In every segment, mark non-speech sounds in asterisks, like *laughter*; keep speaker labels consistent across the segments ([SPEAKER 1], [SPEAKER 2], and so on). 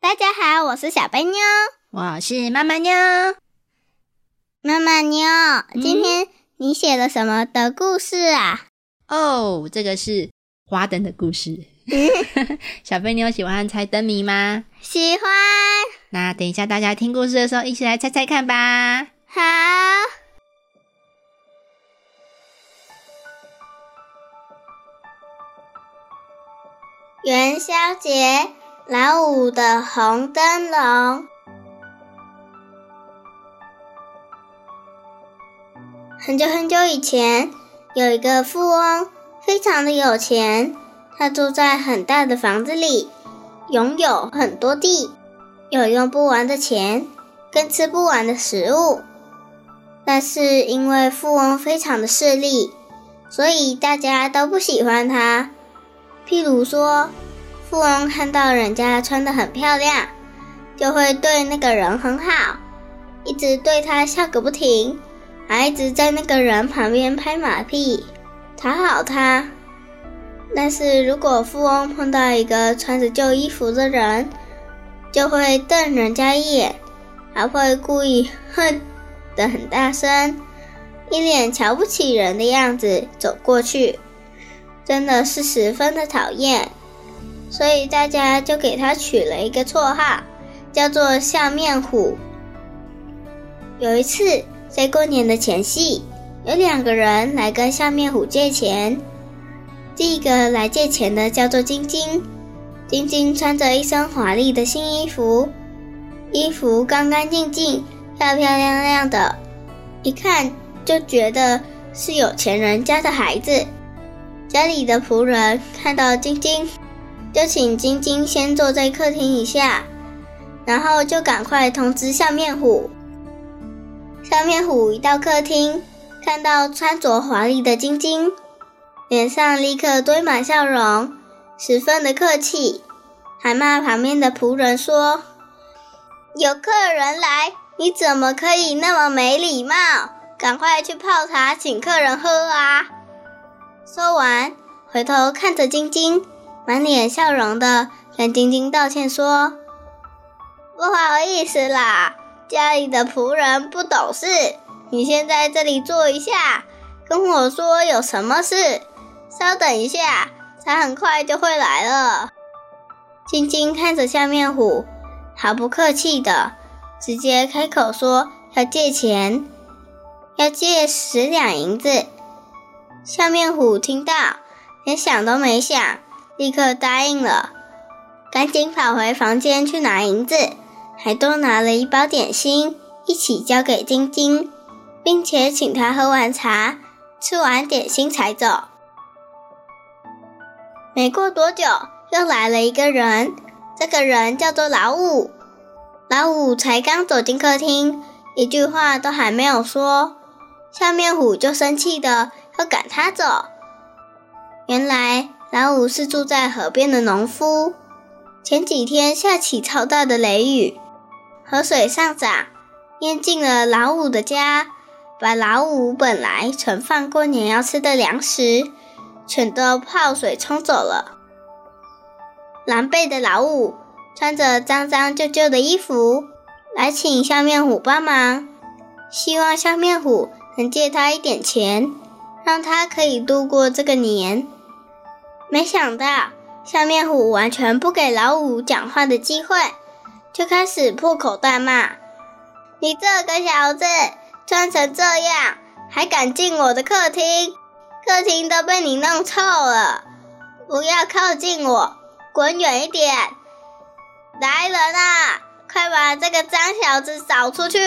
[SPEAKER 1] 大家好，我是小贝妞，
[SPEAKER 2] 我是妈妈妞，
[SPEAKER 1] 妈妈妞。今天你写了什么的故事啊？
[SPEAKER 2] 哦，这个是花灯的故事。 *laughs* 小贝妞喜欢猜灯谜吗？
[SPEAKER 1] 喜欢。
[SPEAKER 2] 那等一下大家听故事的时候，一起来猜猜看吧。
[SPEAKER 1] 好，元宵节，老五的红灯笼。很久很久以前，有一个富翁，非常的有钱。他住在很大的房子里，拥有很多地，有用不完的钱，跟吃不完的食物。但是因为富翁非常的势利，所以大家都不喜欢他。譬如说，富翁看到人家穿得很漂亮，就会对那个人很好，一直对他笑个不停，还一直在那个人旁边拍马屁，讨好他。但是如果富翁碰到一个穿着旧衣服的人，就会瞪人家一眼，还会故意哼的很大声，一脸瞧不起人的样子走过去，真的是十分的讨厌。所以大家就给他取了一个绰号，叫做“笑面虎”。有一次，在过年的前夕，有两个人来跟笑面虎借钱。第一个来借钱的叫做晶晶，晶晶穿着一身华丽的新衣服，衣服干干净净、漂漂亮亮的，一看就觉得是有钱人家的孩子。家里的仆人看到晶晶，就请晶晶先坐在客厅一下，然后就赶快通知笑面虎。笑面虎一到客厅，看到穿着华丽的晶晶。脸上立刻堆满笑容，十分的客气，还骂旁边的仆人说：“有客人来，你怎么可以那么没礼貌？赶快去泡茶请客人喝啊！”说完，回头看着晶晶，满脸笑容的跟晶晶道歉说：“不好意思啦，家里的仆人不懂事，你先在这里坐一下，跟我说有什么事。”稍等一下，他很快就会来了。晶晶看着下面虎，毫不客气的直接开口说要借钱，要借十两银子。下面虎听到，连想都没想，立刻答应了，赶紧跑回房间去拿银子，还多拿了一包点心，一起交给晶晶，并且请她喝完茶，吃完点心才走。没过多久，又来了一个人，这个人叫做老五。老五才刚走进客厅，一句话都还没有说，笑面虎就生气的要赶他走。原来老五是住在河边的农夫，前几天下起超大的雷雨，河水上涨，淹进了老五的家，把老五本来存放过年要吃的粮食。全都泡水冲走了。狼狈的老五穿着脏脏旧旧的衣服来请笑面虎帮忙，希望笑面虎能借他一点钱，让他可以度过这个年。没想到笑面虎完全不给老五讲话的机会，就开始破口大骂：“你这个小子，穿成这样还敢进我的客厅！”客厅都被你弄臭了，不要靠近我，滚远一点！来人啊，快把这个脏小子扫出去！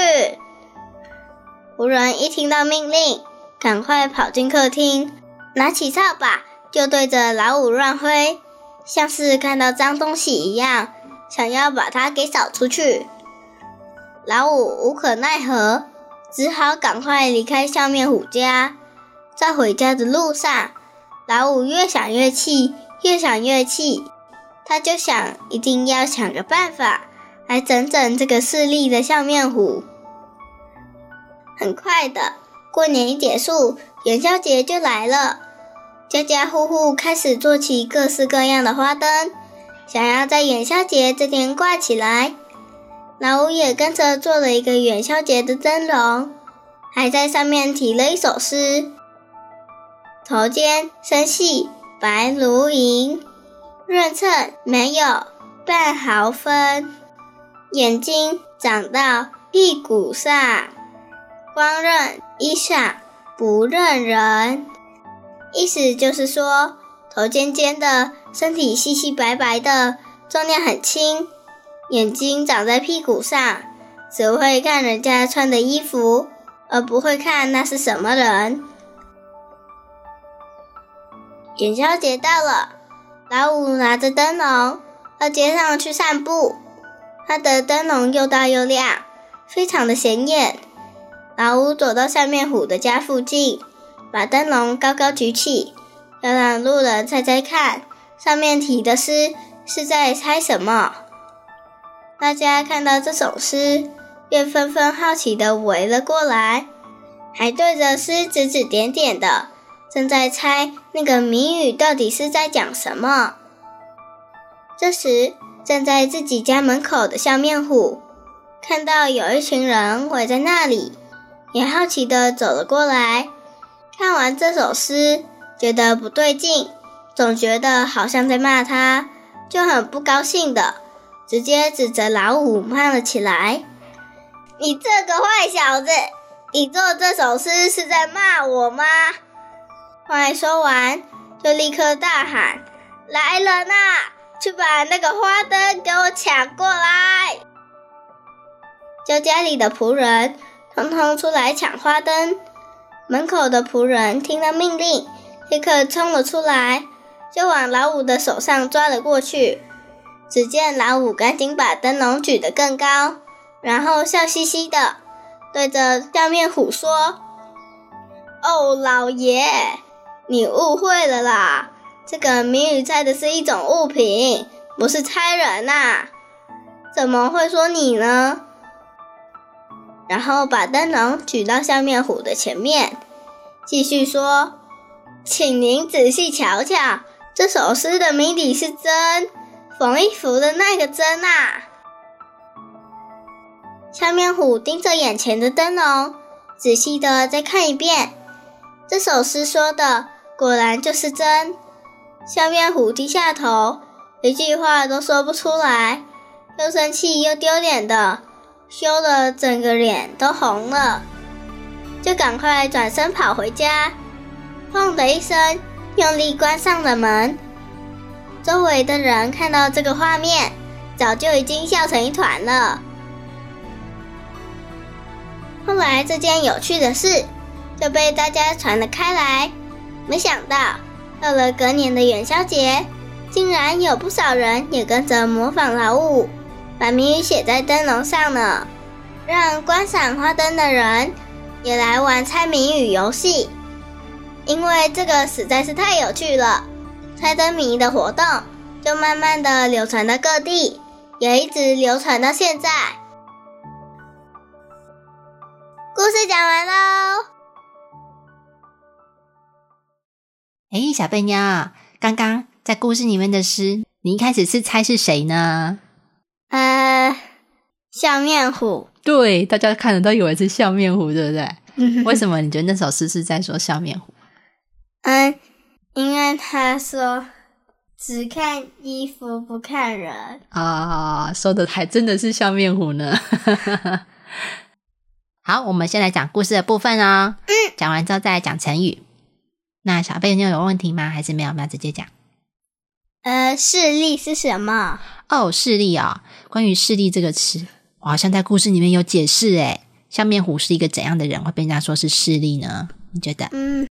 [SPEAKER 1] 仆人一听到命令，赶快跑进客厅，拿起扫把就对着老五乱挥，像是看到脏东西一样，想要把它给扫出去。老五无可奈何，只好赶快离开笑面虎家。在回家的路上，老五越想越气，越想越气。他就想，一定要想个办法来整整这个势力的笑面虎。很快的，过年一结束，元宵节就来了。家家户户开始做起各式各样的花灯，想要在元宵节这天挂起来。老五也跟着做了一个元宵节的灯笼，还在上面题了一首诗：“头尖身细白如银，润衬没有半毫分，眼睛长到屁股上，光润衣裳不认人。”意思就是说，头尖尖的，身体细细白白的，重量很轻，眼睛长在屁股上，只会看人家穿的衣服，而不会看那是什么人。元宵节到了，老五拿着灯笼到街上去散步，他的灯笼又大又亮，非常的显眼。老五走到下面虎的家附近。把灯笼高高举起，要让路人猜猜看，上面题的诗是在猜什么。大家看到这首诗，便纷纷好奇的围了过来，还对着诗指指点点的，正在猜那个谜语到底是在讲什么。这时，站在自己家门口的笑面虎，看到有一群人围在那里，也好奇的走了过来。看完这首诗，觉得不对劲，总觉得好像在骂他，就很不高兴的，直接指着老五骂了起来：“你这个坏小子，你做这首诗是在骂我吗？”话一说完，就立刻大喊：“来人呐、啊，去把那个花灯给我抢过来！”叫家里的仆人通通出来抢花灯。门口的仆人听到命令，立刻冲了出来，就往老五的手上抓了过去。只见老五赶紧把灯笼举得更高，然后笑嘻嘻的对着笑面虎说：“哦，老爷，你误会了啦！这个谜语猜的是一种物品，不是猜人呐、啊，怎么会说你呢？”然后把灯笼举到笑面虎的前面，继续说：“请您仔细瞧瞧，这首诗的谜底是针，缝衣服的那个针啊。”笑面虎盯着眼前的灯笼，仔细的再看一遍。这首诗说的果然就是针。笑面虎低下头，一句话都说不出来，又生气又丢脸的。羞得整个脸都红了，就赶快转身跑回家。砰的一声，用力关上了门。周围的人看到这个画面，早就已经笑成一团了。后来这件有趣的事就被大家传了开来。没想到，到了隔年的元宵节，竟然有不少人也跟着模仿老五。把谜语写在灯笼上呢，让观赏花灯的人也来玩猜谜语游戏，因为这个实在是太有趣了。猜灯谜的活动就慢慢的流传到各地，也一直流传到现在。故事讲完喽。
[SPEAKER 2] 哎，小贝妞，刚刚在故事里面的诗，你一开始是猜是谁呢？
[SPEAKER 1] 呃，笑面虎，
[SPEAKER 2] 对，大家看了都以为是笑面虎，对不对？ *laughs* 为什么你觉得那首诗是在说笑面虎？
[SPEAKER 1] 嗯，因为他说只看衣服不看人
[SPEAKER 2] 啊、哦，说的还真的是笑面虎呢。 *laughs* 好，我们先来讲故事的部分哦。嗯，讲完之后再来讲成语。那小贝妞有问题吗？还是没有？我们要直接讲。
[SPEAKER 1] 呃，视力是什么？
[SPEAKER 2] 哦，视力啊、哦，关于视力这个词，我好像在故事里面有解释诶。笑面虎是一个怎样的人会被人家说是视力呢？你觉得？
[SPEAKER 1] 嗯，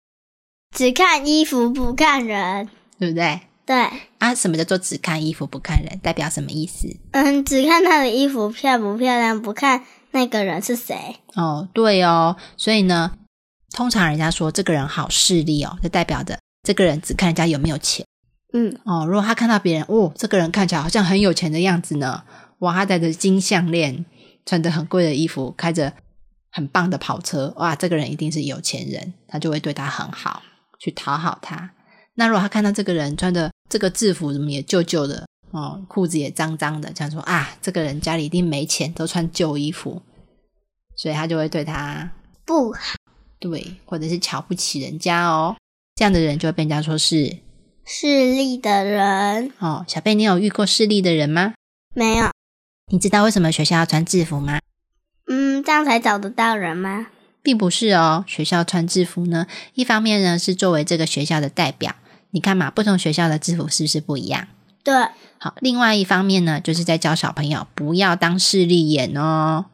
[SPEAKER 1] 只看衣服不看人，
[SPEAKER 2] 对不对？
[SPEAKER 1] 对，
[SPEAKER 2] 啊，什么叫做只看衣服不看人？代表什么意思？
[SPEAKER 1] 嗯，只看他的衣服漂不漂亮，不看那个人是谁。
[SPEAKER 2] 哦，对哦，所以呢，通常人家说这个人好势利哦，就代表着这个人只看人家有没有钱
[SPEAKER 1] 嗯，
[SPEAKER 2] 哦。如果他看到别人，哦，这个人看起来好像很有钱的样子呢，哇，他戴着金项链，穿着很贵的衣服，开着很棒的跑车，哇，这个人一定是有钱人，他就会对他很好，去讨好他。那如果他看到这个人穿着这个制服，怎么也旧旧的哦，裤子也脏脏的，想说啊，这个人家里一定没钱，都穿旧衣服，所以他就会对他
[SPEAKER 1] 不，
[SPEAKER 2] 对，或者是瞧不起人家哦。这样的人就会被人家说是
[SPEAKER 1] 势利的人
[SPEAKER 2] 哦。小贝，你有遇过势利的人吗？
[SPEAKER 1] 没有。
[SPEAKER 2] 你知道为什么学校要穿制服吗？
[SPEAKER 1] 嗯，这样才找得到人吗？
[SPEAKER 2] 并不是哦，学校穿制服呢，一方面呢是作为这个学校的代表，你看嘛，不同学校的制服是不是不一样？
[SPEAKER 1] 对，
[SPEAKER 2] 好，另外一方面呢，就是在教小朋友不要当势利眼哦。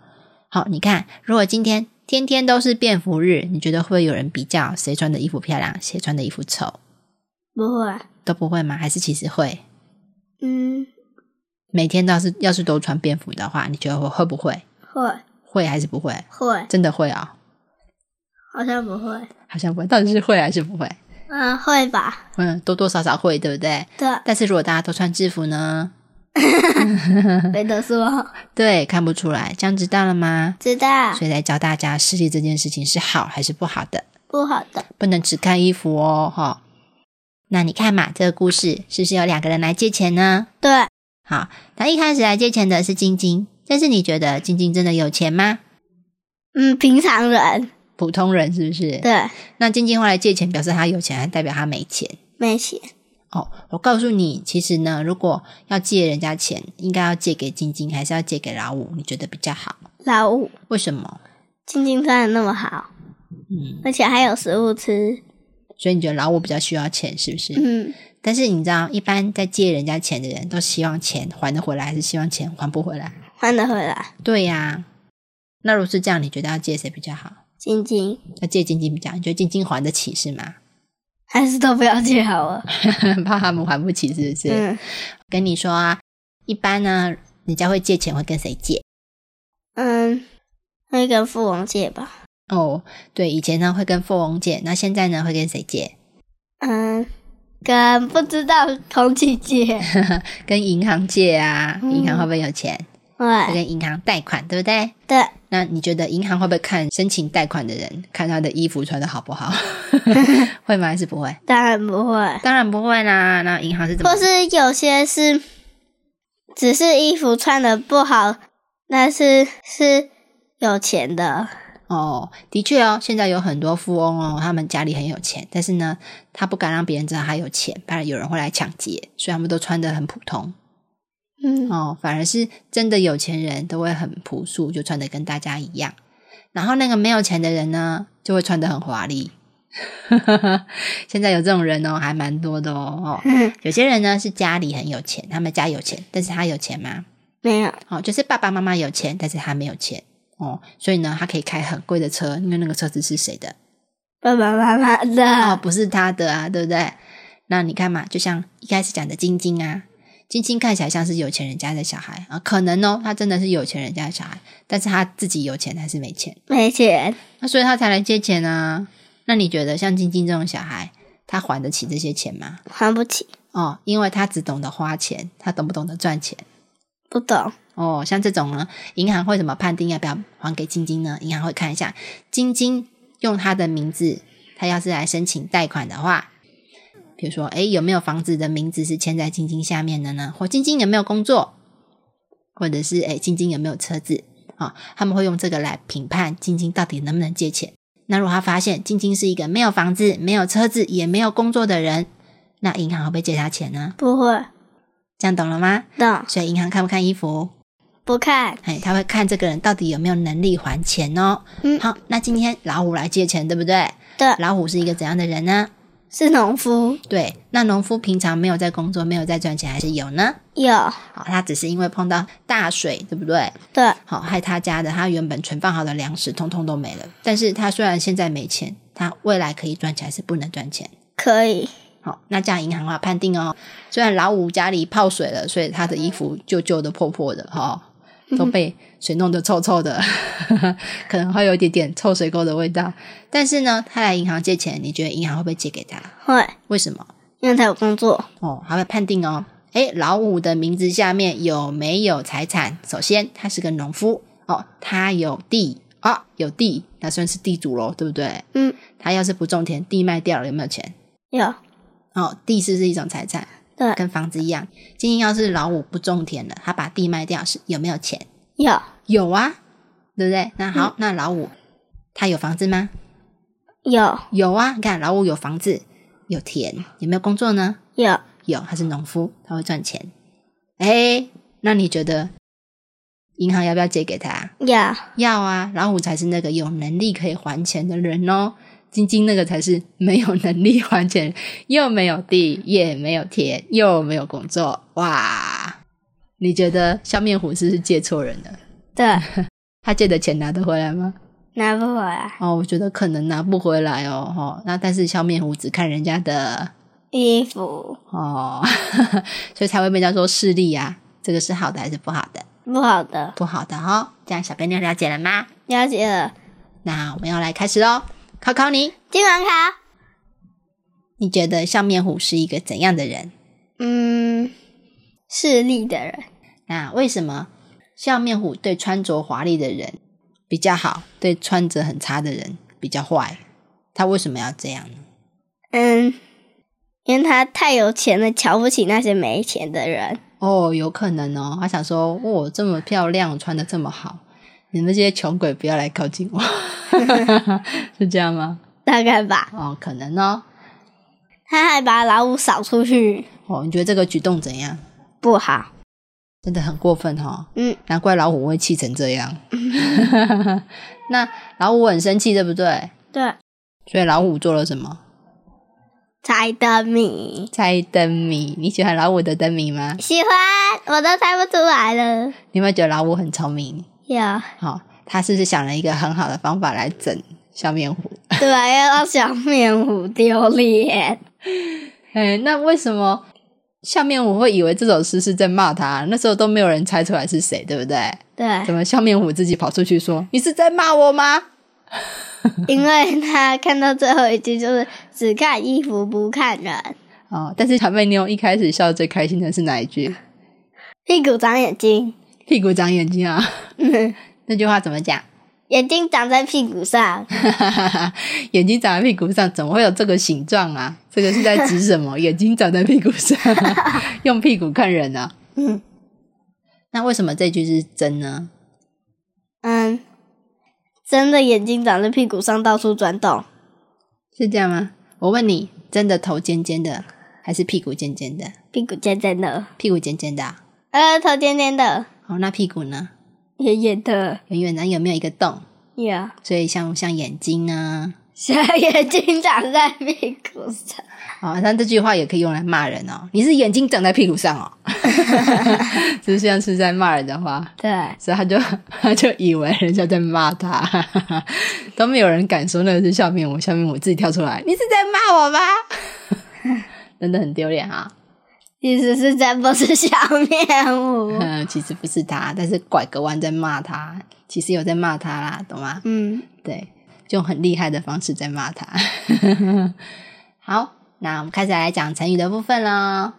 [SPEAKER 2] 好，你看，如果今天天天都是便服日，你觉得会不会有人比较谁穿的衣服漂亮，谁穿的衣服丑？
[SPEAKER 1] 不会。
[SPEAKER 2] 都不会吗？还是其实会？
[SPEAKER 1] 嗯，
[SPEAKER 2] 每天倒是要是都穿便服的话，你觉得会会不会？
[SPEAKER 1] 会
[SPEAKER 2] 会还是不会？
[SPEAKER 1] 会，
[SPEAKER 2] 真的会啊、
[SPEAKER 1] 好像不会。
[SPEAKER 2] 好像不会，到底是会还是不会？
[SPEAKER 1] 嗯，会吧？
[SPEAKER 2] 嗯，多多少少会，对不对？，
[SPEAKER 1] 对
[SPEAKER 2] 但是如果大家都穿制服呢？
[SPEAKER 1] 没得说。
[SPEAKER 2] 对，看不出来，这样知道了吗？
[SPEAKER 1] 知道，
[SPEAKER 2] 所以来教大家视力这件事情是好还是不好的，
[SPEAKER 1] 不好的。
[SPEAKER 2] 不能只看衣服哦，哈、那你看嘛，这个故事是不是有两个人来借钱呢？
[SPEAKER 1] 对，
[SPEAKER 2] 好，那一开始来借钱的是晶晶，但是你觉得晶晶真的有钱吗？
[SPEAKER 1] 嗯，平常人。
[SPEAKER 2] 普通人是不是？
[SPEAKER 1] 对，
[SPEAKER 2] 那晶晶后来借钱，表示他有钱，还代表他没钱
[SPEAKER 1] 没钱。
[SPEAKER 2] 哦。我告诉你，其实呢，如果要借人家钱，应该要借给晶晶，还是要借给老五？你觉得比较好？
[SPEAKER 1] 老五，
[SPEAKER 2] 为什么？
[SPEAKER 1] 静静穿的那么好，
[SPEAKER 2] 嗯，
[SPEAKER 1] 而且还有食物吃。
[SPEAKER 2] 所以你觉得老五比较需要钱，是不是？
[SPEAKER 1] 嗯，
[SPEAKER 2] 但是你知道，一般在借人家钱的人都希望钱还得回来，还是希望钱还不回来？
[SPEAKER 1] 换得回来。
[SPEAKER 2] 对呀、那如果是这样，你觉得要借谁比较好？
[SPEAKER 1] 静静
[SPEAKER 2] 要借晶晶比较好，你觉得晶晶还得起是吗？ *laughs*
[SPEAKER 1] 还是都不要借好了。
[SPEAKER 2] 怕他们还不起，是不是？
[SPEAKER 1] 嗯
[SPEAKER 2] 跟你说啊，一般呢，人家会借钱会跟谁借？
[SPEAKER 1] 嗯，会跟富翁借吧。
[SPEAKER 2] 哦，对，以前呢会跟富翁借，那现在呢会跟谁借？
[SPEAKER 1] 嗯，跟不知道空气借。
[SPEAKER 2] 跟银行借啊，
[SPEAKER 1] 嗯
[SPEAKER 2] 银行会不会有钱？会
[SPEAKER 1] 对
[SPEAKER 2] 跟银行贷款，对不对？
[SPEAKER 1] 对，
[SPEAKER 2] 那你觉得银行会不会看申请贷款的人，看他的衣服穿的好不好？会吗？还是不会？
[SPEAKER 1] 当然不会。
[SPEAKER 2] 当然不会啦。那银行是怎么
[SPEAKER 1] 或？是有些是只是衣服穿的不好，但是是有钱的。
[SPEAKER 2] 哦，的确哦，现在有很多富翁哦，他们家里很有钱，但是呢，他不敢让别人知道他有钱，不然有人会来抢劫，所以他们都穿的很普通。
[SPEAKER 1] 嗯，
[SPEAKER 2] 哦，反而是真的有钱人都会很朴素，就穿的跟大家一样。然后那个没有钱的人呢，就会穿的很华丽。 *laughs* 现在有这种人哦，还蛮多的哦。哦
[SPEAKER 1] 嗯
[SPEAKER 2] 有些人呢是家里很有钱，他们家有钱，但是他有钱吗？
[SPEAKER 1] 没有。
[SPEAKER 2] 哦，就是爸爸妈妈有钱，但是他没有钱哦，所以呢，他可以开很贵的车，因为那个车子是谁的？
[SPEAKER 1] 爸爸妈妈
[SPEAKER 2] 哦，
[SPEAKER 1] 的，
[SPEAKER 2] 不是他的啊，对不对？那你看嘛，就像一开始讲的晶晶啊，晶晶看起来像是有钱人家的小孩啊，可能哦，他真的是有钱人家的小孩，但是他自己有钱还是没钱，
[SPEAKER 1] 没钱，
[SPEAKER 2] 那所以他才来借钱啊。那你觉得像晶晶这种小孩，他还得起这些钱吗？
[SPEAKER 1] 还不起，
[SPEAKER 2] 哦，因为他只懂得花钱，他懂不懂得赚钱？
[SPEAKER 1] 不懂。
[SPEAKER 2] 哦，像这种呢，银行会怎么判定要不要还给晶晶呢？银行会看一下晶晶用她的名字，她要是来申请贷款的话，比如说，诶，有没有房子的名字是签在晶晶下面的呢？或晶晶有没有工作，或者是诶，晶晶有没有车子？啊、他们会用这个来评判晶晶到底能不能借钱。那如果他发现晶晶是一个没有房子、没有车子、也没有工作的人，那银行会不会借他钱呢？
[SPEAKER 1] 不会
[SPEAKER 2] 这样懂了吗？
[SPEAKER 1] 懂，
[SPEAKER 2] 所以银行看不看衣服？
[SPEAKER 1] 不看，
[SPEAKER 2] 哎，他会看这个人到底有没有能力还钱哦。
[SPEAKER 1] 嗯
[SPEAKER 2] 好，那今天老虎来借钱，对不对？
[SPEAKER 1] 对，
[SPEAKER 2] 老虎是一个怎样的人呢？
[SPEAKER 1] 是农夫，
[SPEAKER 2] 对，那农夫平常没有在工作，没有在赚钱，还是有呢？
[SPEAKER 1] 有，
[SPEAKER 2] 好，他只是因为碰到大水，对不对？
[SPEAKER 1] 对，
[SPEAKER 2] 好，害他家的他原本存放好的粮食，通通都没了。但是他虽然现在没钱，他未来可以赚钱，还是不能赚钱？
[SPEAKER 1] 可以，
[SPEAKER 2] 好，那这样银行啊判定哦，虽然老五家里泡水了，所以他的衣服旧旧的、破破的，哈、哦，都被水弄得臭臭的， *laughs* 可能会有一点点臭水沟的味道。但是呢，他来银行借钱，你觉得银行会不会借给他？
[SPEAKER 1] 会，
[SPEAKER 2] 为什么？
[SPEAKER 1] 因为他有工作，
[SPEAKER 2] 哦，还会判定哦。诶，老五的名字下面有没有财产？首先，他是个农夫哦，他有地哦，有地，那算是地主喽，对不对？
[SPEAKER 1] 嗯，
[SPEAKER 2] 他要是不种田，地卖掉了，有没有钱？
[SPEAKER 1] 有
[SPEAKER 2] 哦，地是不是一种财产？
[SPEAKER 1] 对
[SPEAKER 2] 跟房子一样。今天要是老五不种田了，他把地卖掉，是有没有钱？
[SPEAKER 1] 有
[SPEAKER 2] 有啊，对不对？那好，那老五他有房子吗？
[SPEAKER 1] 有
[SPEAKER 2] 有啊，你看老五有房子，有田，有没有工作呢？
[SPEAKER 1] 有
[SPEAKER 2] 有，他是农夫，他会赚钱。哎，那你觉得银行要不要借给他？
[SPEAKER 1] 有，
[SPEAKER 2] 要啊，老虎才是那个有能力可以还钱的人哦。晶晶那个才是没有能力还钱，又没有地，也没有田，又没有工作，哇！你觉得笑面虎是不是借错人了？
[SPEAKER 1] 对，
[SPEAKER 2] *laughs* 他借的钱拿得回来吗？
[SPEAKER 1] 拿不回来，
[SPEAKER 2] 哦，我觉得可能拿不回来哦。哦，那但是笑面虎只看人家的
[SPEAKER 1] 衣服
[SPEAKER 2] 哦， *laughs* 所以才会被人家说势利啊。这个是好的还是不好的？
[SPEAKER 1] 不好的，
[SPEAKER 2] 不好的哦。这样小笨妞了解了吗？
[SPEAKER 1] 了解了，
[SPEAKER 2] 那我们要来开始喽，考考你。
[SPEAKER 1] 金门卡，
[SPEAKER 2] 你觉得笑面虎是一个怎样的人？
[SPEAKER 1] 嗯，势利的人，
[SPEAKER 2] 那为什么笑面虎对穿着华丽的人比较好，对穿着很差的人比较坏？他为什么要这样呢？
[SPEAKER 1] 嗯，因为他太有钱了，瞧不起那些没钱的人，
[SPEAKER 2] 哦，有可能哦，他想说，我、这么漂亮，我穿的这么好，你们这些穷鬼不要来靠近我， *laughs* 是这样吗？
[SPEAKER 1] 大概吧。
[SPEAKER 2] 哦，可能哦。
[SPEAKER 1] 他还把老五扫出去，
[SPEAKER 2] 哦，你觉得这个举动怎样？
[SPEAKER 1] 不好。
[SPEAKER 2] 真的很过分哦。
[SPEAKER 1] 嗯，
[SPEAKER 2] 难怪老虎会气成这样。 *laughs* 那老虎很生气，对不对？
[SPEAKER 1] 对，
[SPEAKER 2] 所以老虎做了什么？
[SPEAKER 1] 猜灯谜，
[SPEAKER 2] 猜灯谜。你喜欢老虎的灯谜吗？
[SPEAKER 1] 喜欢我都猜不出来了。
[SPEAKER 2] 你有没有觉得老虎很聪明？
[SPEAKER 1] 有，
[SPEAKER 2] *laughs* 好、他是不是想了一个很好的方法来整笑面虎？
[SPEAKER 1] 对，要让小面虎丢脸。
[SPEAKER 2] 哎，那为什么笑面虎会以为这首诗是在骂他？那时候都没有人猜出来是谁，对不对？
[SPEAKER 1] 对
[SPEAKER 2] 怎，么笑面虎自己跑出去说：“你是在骂我吗？”
[SPEAKER 1] 因为他看到最后一句就是只看衣服不看人，
[SPEAKER 2] 哦，但是小妹妞一开始笑得最开心的是哪一句？
[SPEAKER 1] 屁股长眼睛， *laughs*
[SPEAKER 2] 屁股长眼睛啊！ *laughs* 那句话怎么讲？
[SPEAKER 1] 眼睛长在屁股上， *laughs*
[SPEAKER 2] *laughs* 眼睛长在屁股上，怎么会有这个形状啊？这个是在指什么？眼睛长在屁股上， *laughs* 用屁股看人啊？
[SPEAKER 1] 嗯
[SPEAKER 2] 那为什么这句是真呢？
[SPEAKER 1] 嗯，真的眼睛长在屁股上，到处转动，
[SPEAKER 2] 是这样吗？我问你，真的头尖尖的，还是屁股尖尖的？
[SPEAKER 1] 屁股尖尖的，
[SPEAKER 2] 屁股尖尖的、啊，
[SPEAKER 1] 呃，头尖尖的，
[SPEAKER 2] 好、那屁股呢？
[SPEAKER 1] 圆圆的，
[SPEAKER 2] 圆圆的有没有一个洞？
[SPEAKER 1] 有
[SPEAKER 2] 所以像像眼睛啊呢？
[SPEAKER 1] 小 *laughs* 眼睛长在屁股上，
[SPEAKER 2] 哦，那这句话也可以用来骂人哦。你是眼睛长在屁股上哦， *laughs* 就像是在骂人的话。
[SPEAKER 1] 对，
[SPEAKER 2] 所以他就 *laughs* 他就以为人家在骂他， *laughs* 都没有人敢说那个是笑面虎，笑面虎自己跳出来，你是在骂我吗？ *laughs* 真的很丢脸啊！ *laughs*
[SPEAKER 1] 其实是真不是小面虎，
[SPEAKER 2] 嗯，其实不是他，但是拐个弯在骂他，其实有在骂他啦，懂吗？
[SPEAKER 1] *laughs* 嗯，
[SPEAKER 2] 对，就用很厉害的方式在骂他。 *laughs* 好，那我们开始来讲成语的部分喽。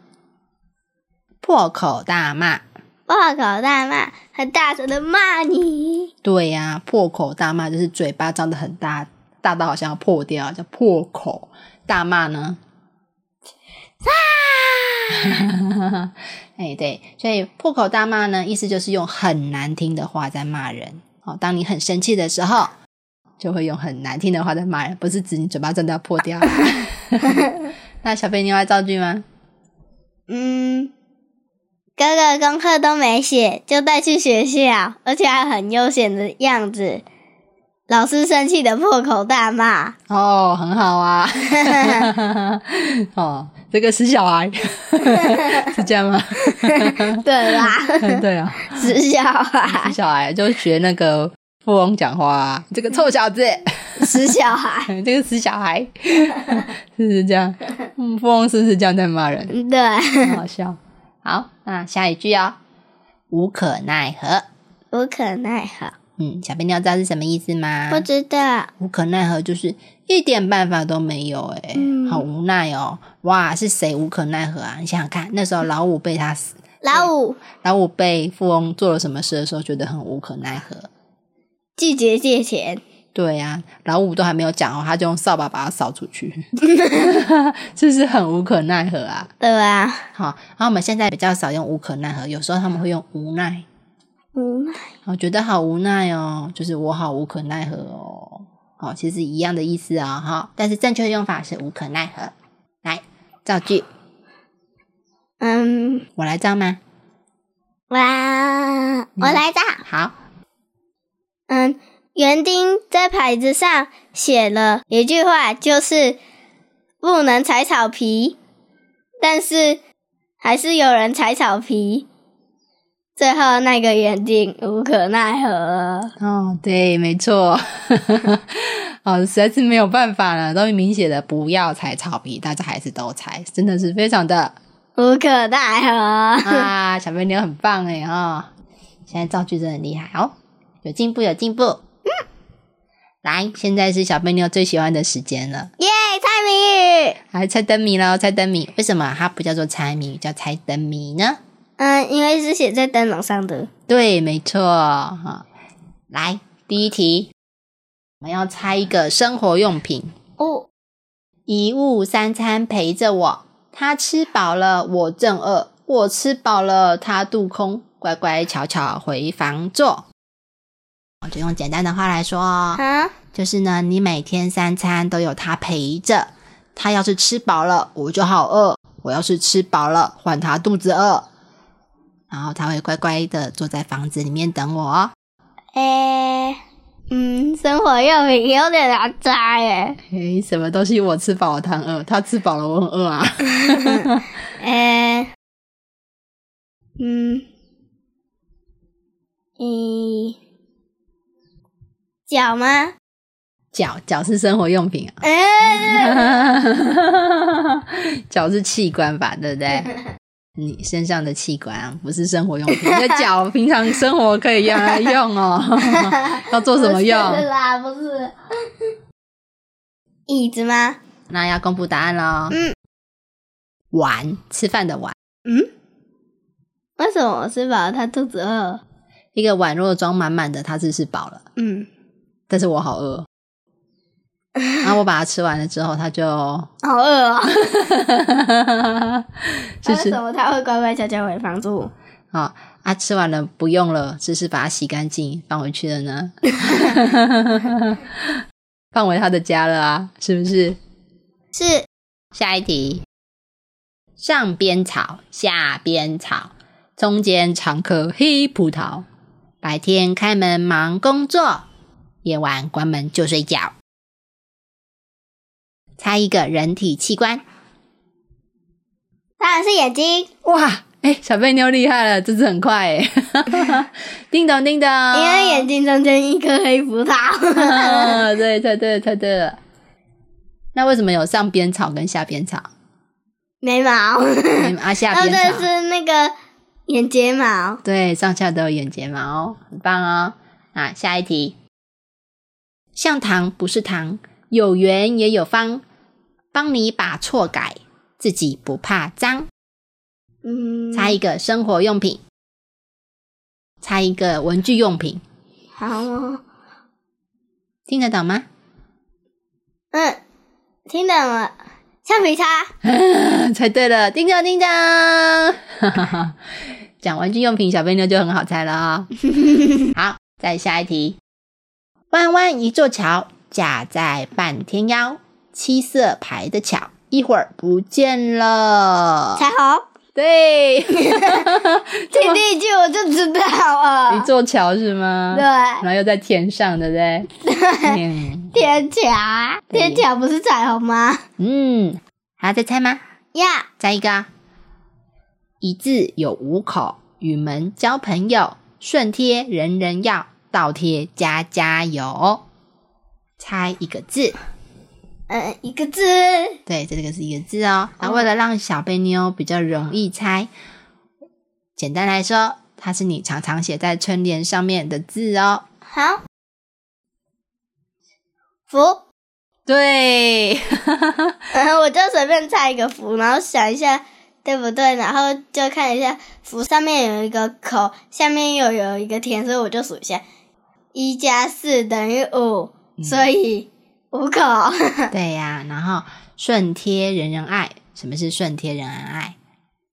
[SPEAKER 2] 破口大骂，
[SPEAKER 1] 破口大骂，很大声的骂你，
[SPEAKER 2] 对呀、破口大骂就是嘴巴张得很大，大到好像要破掉，叫破口大骂呢。 *laughs* 哎，对，所以破口大骂呢，意思就是用很难听的话在骂人。哦，当你很生气的时候，就会用很难听的话在骂人，不是指你嘴巴真的要破掉。 *laughs* 那小飞，你有来造句吗？
[SPEAKER 1] 嗯。哥哥功课都没写，就带去学校，而且还很悠闲的样子。老师生气的破口大骂，
[SPEAKER 2] 哦，很好啊。 *laughs* 哦，这个死小孩 *laughs* 是这样吗？
[SPEAKER 1] 对吧？ *laughs*
[SPEAKER 2] 对 *laughs* 啊。
[SPEAKER 1] 直销 *laughs*
[SPEAKER 2] 死
[SPEAKER 1] 啊，
[SPEAKER 2] 小孩就学那个富翁讲话、啊，这 *laughs* 个臭小子，
[SPEAKER 1] 死小孩，
[SPEAKER 2] *laughs* 这个死小孩，是不是这样？嗯富翁是不是这样在骂人？
[SPEAKER 1] 对，
[SPEAKER 2] 很好笑。嗯好，那下一句哦，无可奈何。
[SPEAKER 1] 无可奈何。
[SPEAKER 2] 嗯，小笨鸟知道是什么意思吗？
[SPEAKER 1] 不知道，
[SPEAKER 2] 无可奈何就是一点办法都没有、欸，哎、
[SPEAKER 1] 嗯
[SPEAKER 2] 好无奈哦。哇，是谁无可奈何啊？你想想看，那时候老五被他死，
[SPEAKER 1] 老五
[SPEAKER 2] 老五被富翁做了什么事的时候，觉得很无可奈何。
[SPEAKER 1] 拒绝借钱，
[SPEAKER 2] 对呀、老五都还没有讲哦，他就用扫把把他扫出去，是不是很无可奈何啊？
[SPEAKER 1] 对吧？
[SPEAKER 2] 好，然后我们现在比较少用无可奈何，有时候他们会用无奈，
[SPEAKER 1] 嗯，
[SPEAKER 2] 我觉得好无奈哦，就是我好无可奈何哦。好，其实一样的意思啊、哦，哈，但是正确的用法是无可奈何。来，造句，
[SPEAKER 1] 嗯，
[SPEAKER 2] 我来造吗？
[SPEAKER 1] 哇，哦我来炸。
[SPEAKER 2] 好，
[SPEAKER 1] 嗯，园丁在牌子上写了一句话，就是不能踩草皮，但是还是有人踩草皮。最后那个园丁无可奈何，
[SPEAKER 2] 哦，对，没错， *laughs* 哦，实在是没有办法了，都明显的不要踩草皮，大家还是都踩，真的是非常的
[SPEAKER 1] 无可 *laughs* 奈何。
[SPEAKER 2] 啊，小笨牛很棒哎哈、现在造句真的很厉害哦，有进步有进步。嗯，来，现在是小笨牛最喜欢的时间了，
[SPEAKER 1] 耶，猜谜语。
[SPEAKER 2] 来猜灯谜喽，猜灯谜，为什么它不叫做猜谜，叫猜灯谜呢？
[SPEAKER 1] 嗯，因为是写在灯笼上的。
[SPEAKER 2] 对，没错哈、来，第一题，我们要猜一个生活用品，
[SPEAKER 1] 哦，
[SPEAKER 2] 一物三餐陪着我，他吃饱了，我正饿；我吃饱了，他肚空。乖乖巧巧回房坐。我就用简单的话来说哦，
[SPEAKER 1] 啊，
[SPEAKER 2] 就是呢，你每天三餐都有他陪着。他要是吃饱了，我就好饿；我要是吃饱了，换他肚子饿。然后他会乖乖的坐在房子里面等我哦。
[SPEAKER 1] 诶、嗯，生活用品有点难猜耶。
[SPEAKER 2] 诶，什么东西我吃饱了他很饿，他吃饱了我很饿啊？
[SPEAKER 1] 诶、呃嗯，咦，脚吗？
[SPEAKER 2] 脚脚是生活用品啊。
[SPEAKER 1] 诶、呃
[SPEAKER 2] *laughs* 脚是器官吧，对不对？你身上的器官啊，不是生活用品。你的脚平常生活可以用来用 *laughs* 哦，要做什么
[SPEAKER 1] 不是
[SPEAKER 2] 用？
[SPEAKER 1] 啦，不是。椅子吗？
[SPEAKER 2] 那要公布答案喽。
[SPEAKER 1] 嗯，
[SPEAKER 2] 碗，吃饭的碗。
[SPEAKER 1] 为什么我吃饱了他肚子饿？
[SPEAKER 2] 一个碗如果装满满的，它是吃饱了，
[SPEAKER 1] 嗯，
[SPEAKER 2] 但是我好饿。
[SPEAKER 1] *laughs*
[SPEAKER 2] 然后我把它吃完了之后，它就，
[SPEAKER 1] 好饿哦。
[SPEAKER 2] 就
[SPEAKER 1] 为
[SPEAKER 2] *laughs* 是
[SPEAKER 1] 什么他会乖乖悄悄回房住？
[SPEAKER 2] 啊、啊，吃完了不用了，只是把它洗干净放回去了呢， *laughs* 放回他的家了啊，是不是？
[SPEAKER 1] 是
[SPEAKER 2] 下一题，上边草，下边草，中间常颗黑葡萄，白天开门忙工作，夜晚关门就睡觉。猜一个人体器官，
[SPEAKER 1] 当然是眼睛，
[SPEAKER 2] 哇！哎、小贝妞厉害了，这次很快哎、 *laughs* 叮咚叮咚，
[SPEAKER 1] 因为眼睛中间一颗黑葡
[SPEAKER 2] *laughs*
[SPEAKER 1] 萄。 *laughs*
[SPEAKER 2] 啊，对，猜对了，猜对了。那为什么有上边草跟下边草？
[SPEAKER 1] 眉毛，
[SPEAKER 2] 你们啊，下
[SPEAKER 1] 哦， *laughs*
[SPEAKER 2] 边
[SPEAKER 1] 对，
[SPEAKER 2] 草，
[SPEAKER 1] 是那个眼睫毛，
[SPEAKER 2] 对，上下都有眼睫毛，很棒哦。啊，下一题，像糖不是糖，有圆也有方，帮你把错改，自己不怕脏。
[SPEAKER 1] 嗯，
[SPEAKER 2] 猜一个生活用品，猜一个文具用品，
[SPEAKER 1] 好哦，
[SPEAKER 2] 听得懂吗？
[SPEAKER 1] 嗯，听懂了，橡皮擦，
[SPEAKER 2] *laughs* 猜对了，叮当叮当，讲玩具用品小笨妞就很好猜了哦。好，再下一题，弯弯一座桥，架在半天腰，七色牌的巧，一会儿不见了。
[SPEAKER 1] 彩虹，
[SPEAKER 2] 对，
[SPEAKER 1] 听第一句我就知道
[SPEAKER 2] 一
[SPEAKER 1] 了，
[SPEAKER 2] 座桥是吗？
[SPEAKER 1] 对，
[SPEAKER 2] 然后又在天上，对不对？嗯
[SPEAKER 1] 天桥，天桥不是彩虹吗？
[SPEAKER 2] 嗯，还要再猜吗？
[SPEAKER 1] 呀，
[SPEAKER 2] 再一个啊，一字有五口，与门交朋友，顺贴人人要，倒贴家家有。猜一个字，
[SPEAKER 1] 呃，一个字，
[SPEAKER 2] 对，这个是一个字哦。那为了让小贝妞比较容易猜，简单来说，它是你常常写在春联上面的字哦。
[SPEAKER 1] 好，福。
[SPEAKER 2] 对，
[SPEAKER 1] 嗯，我就随便猜一个福，然后想一下对不对，然后就看一下福上面有一个口，下面又有一个田，所以我就数一下，一加四等于五、所以五口。
[SPEAKER 2] *laughs* 对呀、然后顺贴人人爱，什么是顺贴人人爱？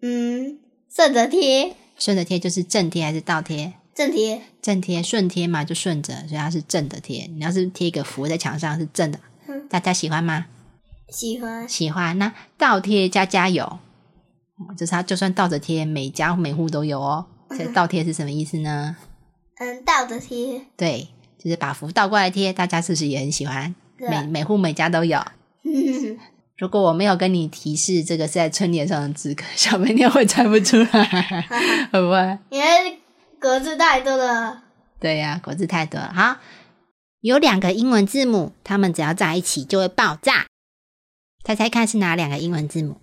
[SPEAKER 1] 嗯，顺着贴，
[SPEAKER 2] 顺着贴就是正贴还是倒贴？
[SPEAKER 1] 正贴，
[SPEAKER 2] 正贴顺贴嘛，就顺着，所以它是正的贴。你要是贴一个福在墙上是正的，
[SPEAKER 1] 嗯
[SPEAKER 2] 大家喜欢吗？
[SPEAKER 1] 喜欢
[SPEAKER 2] 喜欢。那倒贴加加油，嗯就是它就算倒着贴，每家每户都有哦。所以倒贴是什么意思呢？
[SPEAKER 1] 嗯，倒着贴，
[SPEAKER 2] 对，就是把福倒过来贴，大家是不是也很喜欢？
[SPEAKER 1] 对啊
[SPEAKER 2] 每每户每家都有。
[SPEAKER 1] *laughs* 嗯，
[SPEAKER 2] 如果我没有跟你提示这个是在春联上的字，可能小朋友会猜不出来， *laughs* 会不会？
[SPEAKER 1] 因为格子太多了，
[SPEAKER 2] 对呀、国字太多了。好，有两个英文字母，它们只要在一起就会爆炸。猜猜看是哪两个英文字母？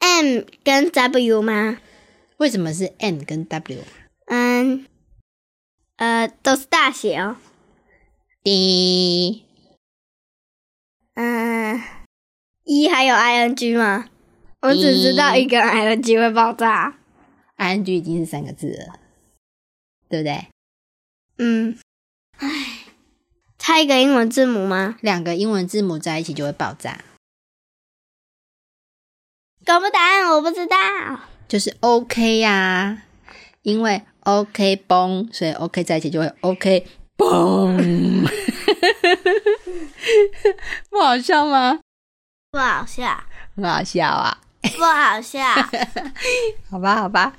[SPEAKER 1] M 跟 W 吗？
[SPEAKER 2] 为什么是 N 跟 W？
[SPEAKER 1] 嗯，呃，都是大写哦。
[SPEAKER 2] 滴，
[SPEAKER 1] 嗯，一还有 ing 吗？我只知道一个 ing 会爆炸。
[SPEAKER 2] ing 已经是三个字了，对不对？
[SPEAKER 1] 嗯，唉，猜一个英文字母吗？
[SPEAKER 2] 两个英文字母在一起就会爆炸，
[SPEAKER 1] 公布答案，我不知道。
[SPEAKER 2] 就是 OK 呀、因为 OK 崩，所以 OK 在一起就会 OK 崩， *laughs* 不好笑吗？
[SPEAKER 1] 不好笑，
[SPEAKER 2] 很好笑啊！
[SPEAKER 1] 不好笑。
[SPEAKER 2] 好吧，好吧。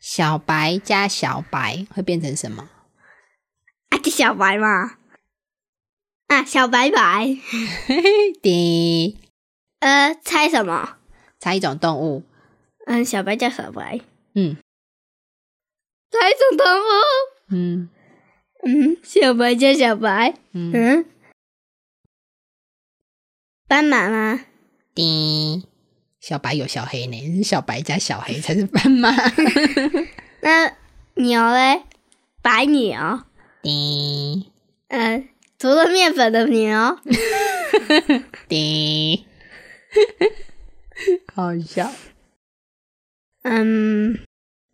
[SPEAKER 2] 小白加小白会变成什么？
[SPEAKER 1] 啊，就小白嘛。啊，小白白。
[SPEAKER 2] 滴，
[SPEAKER 1] 呃，猜什么？
[SPEAKER 2] 猜一种动物。
[SPEAKER 1] 嗯，小白叫小白。
[SPEAKER 2] 嗯
[SPEAKER 1] 猜什么动物？
[SPEAKER 2] 嗯
[SPEAKER 1] 嗯，小白叫小白。
[SPEAKER 2] 嗯，
[SPEAKER 1] 嗯，斑马吗？
[SPEAKER 2] 滴。小白有小黑呢，是小白加小黑才是斑马。
[SPEAKER 1] 那牛嘞？白牛。
[SPEAKER 2] 滴
[SPEAKER 1] 嗯，涂了面粉的牛，
[SPEAKER 2] 滴， *laughs* 好笑。
[SPEAKER 1] 嗯，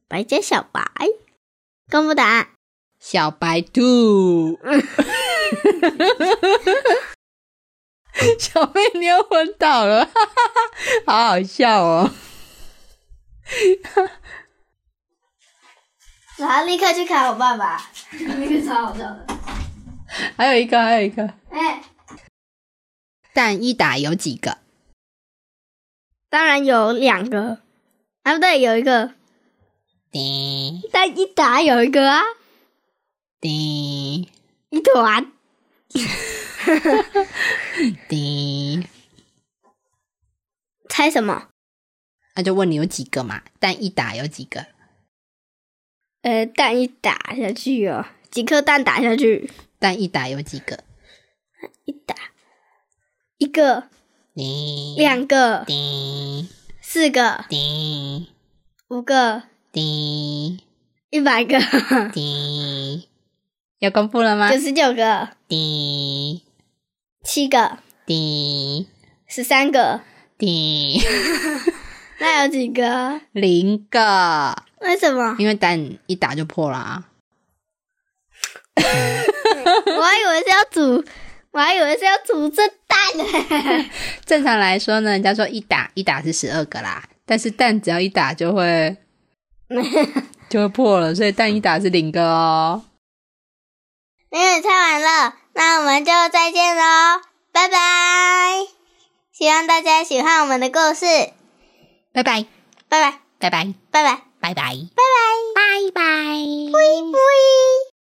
[SPEAKER 1] 白加小白，公布答案。
[SPEAKER 2] 小白兔， *laughs* 小贝妞昏倒了，好好笑哦。
[SPEAKER 1] 然后立刻去砍我爸爸， *laughs* 那个超好笑的。
[SPEAKER 2] 还有一个，还有一个，
[SPEAKER 1] 哎、
[SPEAKER 2] 蛋一打有几个？
[SPEAKER 1] 当然有两个，啊不对，有一个，
[SPEAKER 2] 叮
[SPEAKER 1] 但一打有一个啊，
[SPEAKER 2] 叮
[SPEAKER 1] 一团。
[SPEAKER 2] 叮，
[SPEAKER 1] 猜什么？
[SPEAKER 2] 那就问你有几个嘛？蛋一打有几个？
[SPEAKER 1] 呃，蛋一打下去哦，几颗蛋打下去，
[SPEAKER 2] 蛋一打有几个？
[SPEAKER 1] 一打，一个、
[SPEAKER 2] 叮
[SPEAKER 1] 两个、
[SPEAKER 2] 叮
[SPEAKER 1] 四个、
[SPEAKER 2] 叮
[SPEAKER 1] 五个、
[SPEAKER 2] 叮
[SPEAKER 1] 一百个、
[SPEAKER 2] 叮，要公布了吗
[SPEAKER 1] 九？十九个、
[SPEAKER 2] 叮
[SPEAKER 1] 七个、
[SPEAKER 2] 叮
[SPEAKER 1] 十三个，
[SPEAKER 2] 叮，
[SPEAKER 1] 那有几个？
[SPEAKER 2] 零个，
[SPEAKER 1] 为什么？
[SPEAKER 2] 因为蛋一打就破了啊。
[SPEAKER 1] *laughs* 我还以为是要煮，我还以为是要煮这 *laughs* 蛋呢。
[SPEAKER 2] 正常来说呢，人家说一打一打是十二个啦，但是蛋只要一打就 *laughs* 会就会破了，所以蛋一打是零个哦。
[SPEAKER 1] 因为猜完了，那我们就再见喽，拜拜！希望大家喜欢我们的故事，
[SPEAKER 2] 拜拜，
[SPEAKER 1] 拜拜，
[SPEAKER 2] 拜拜，
[SPEAKER 1] 拜拜，拜
[SPEAKER 2] 拜拜，
[SPEAKER 1] 拜，
[SPEAKER 2] 拜拜。
[SPEAKER 1] 拜拜。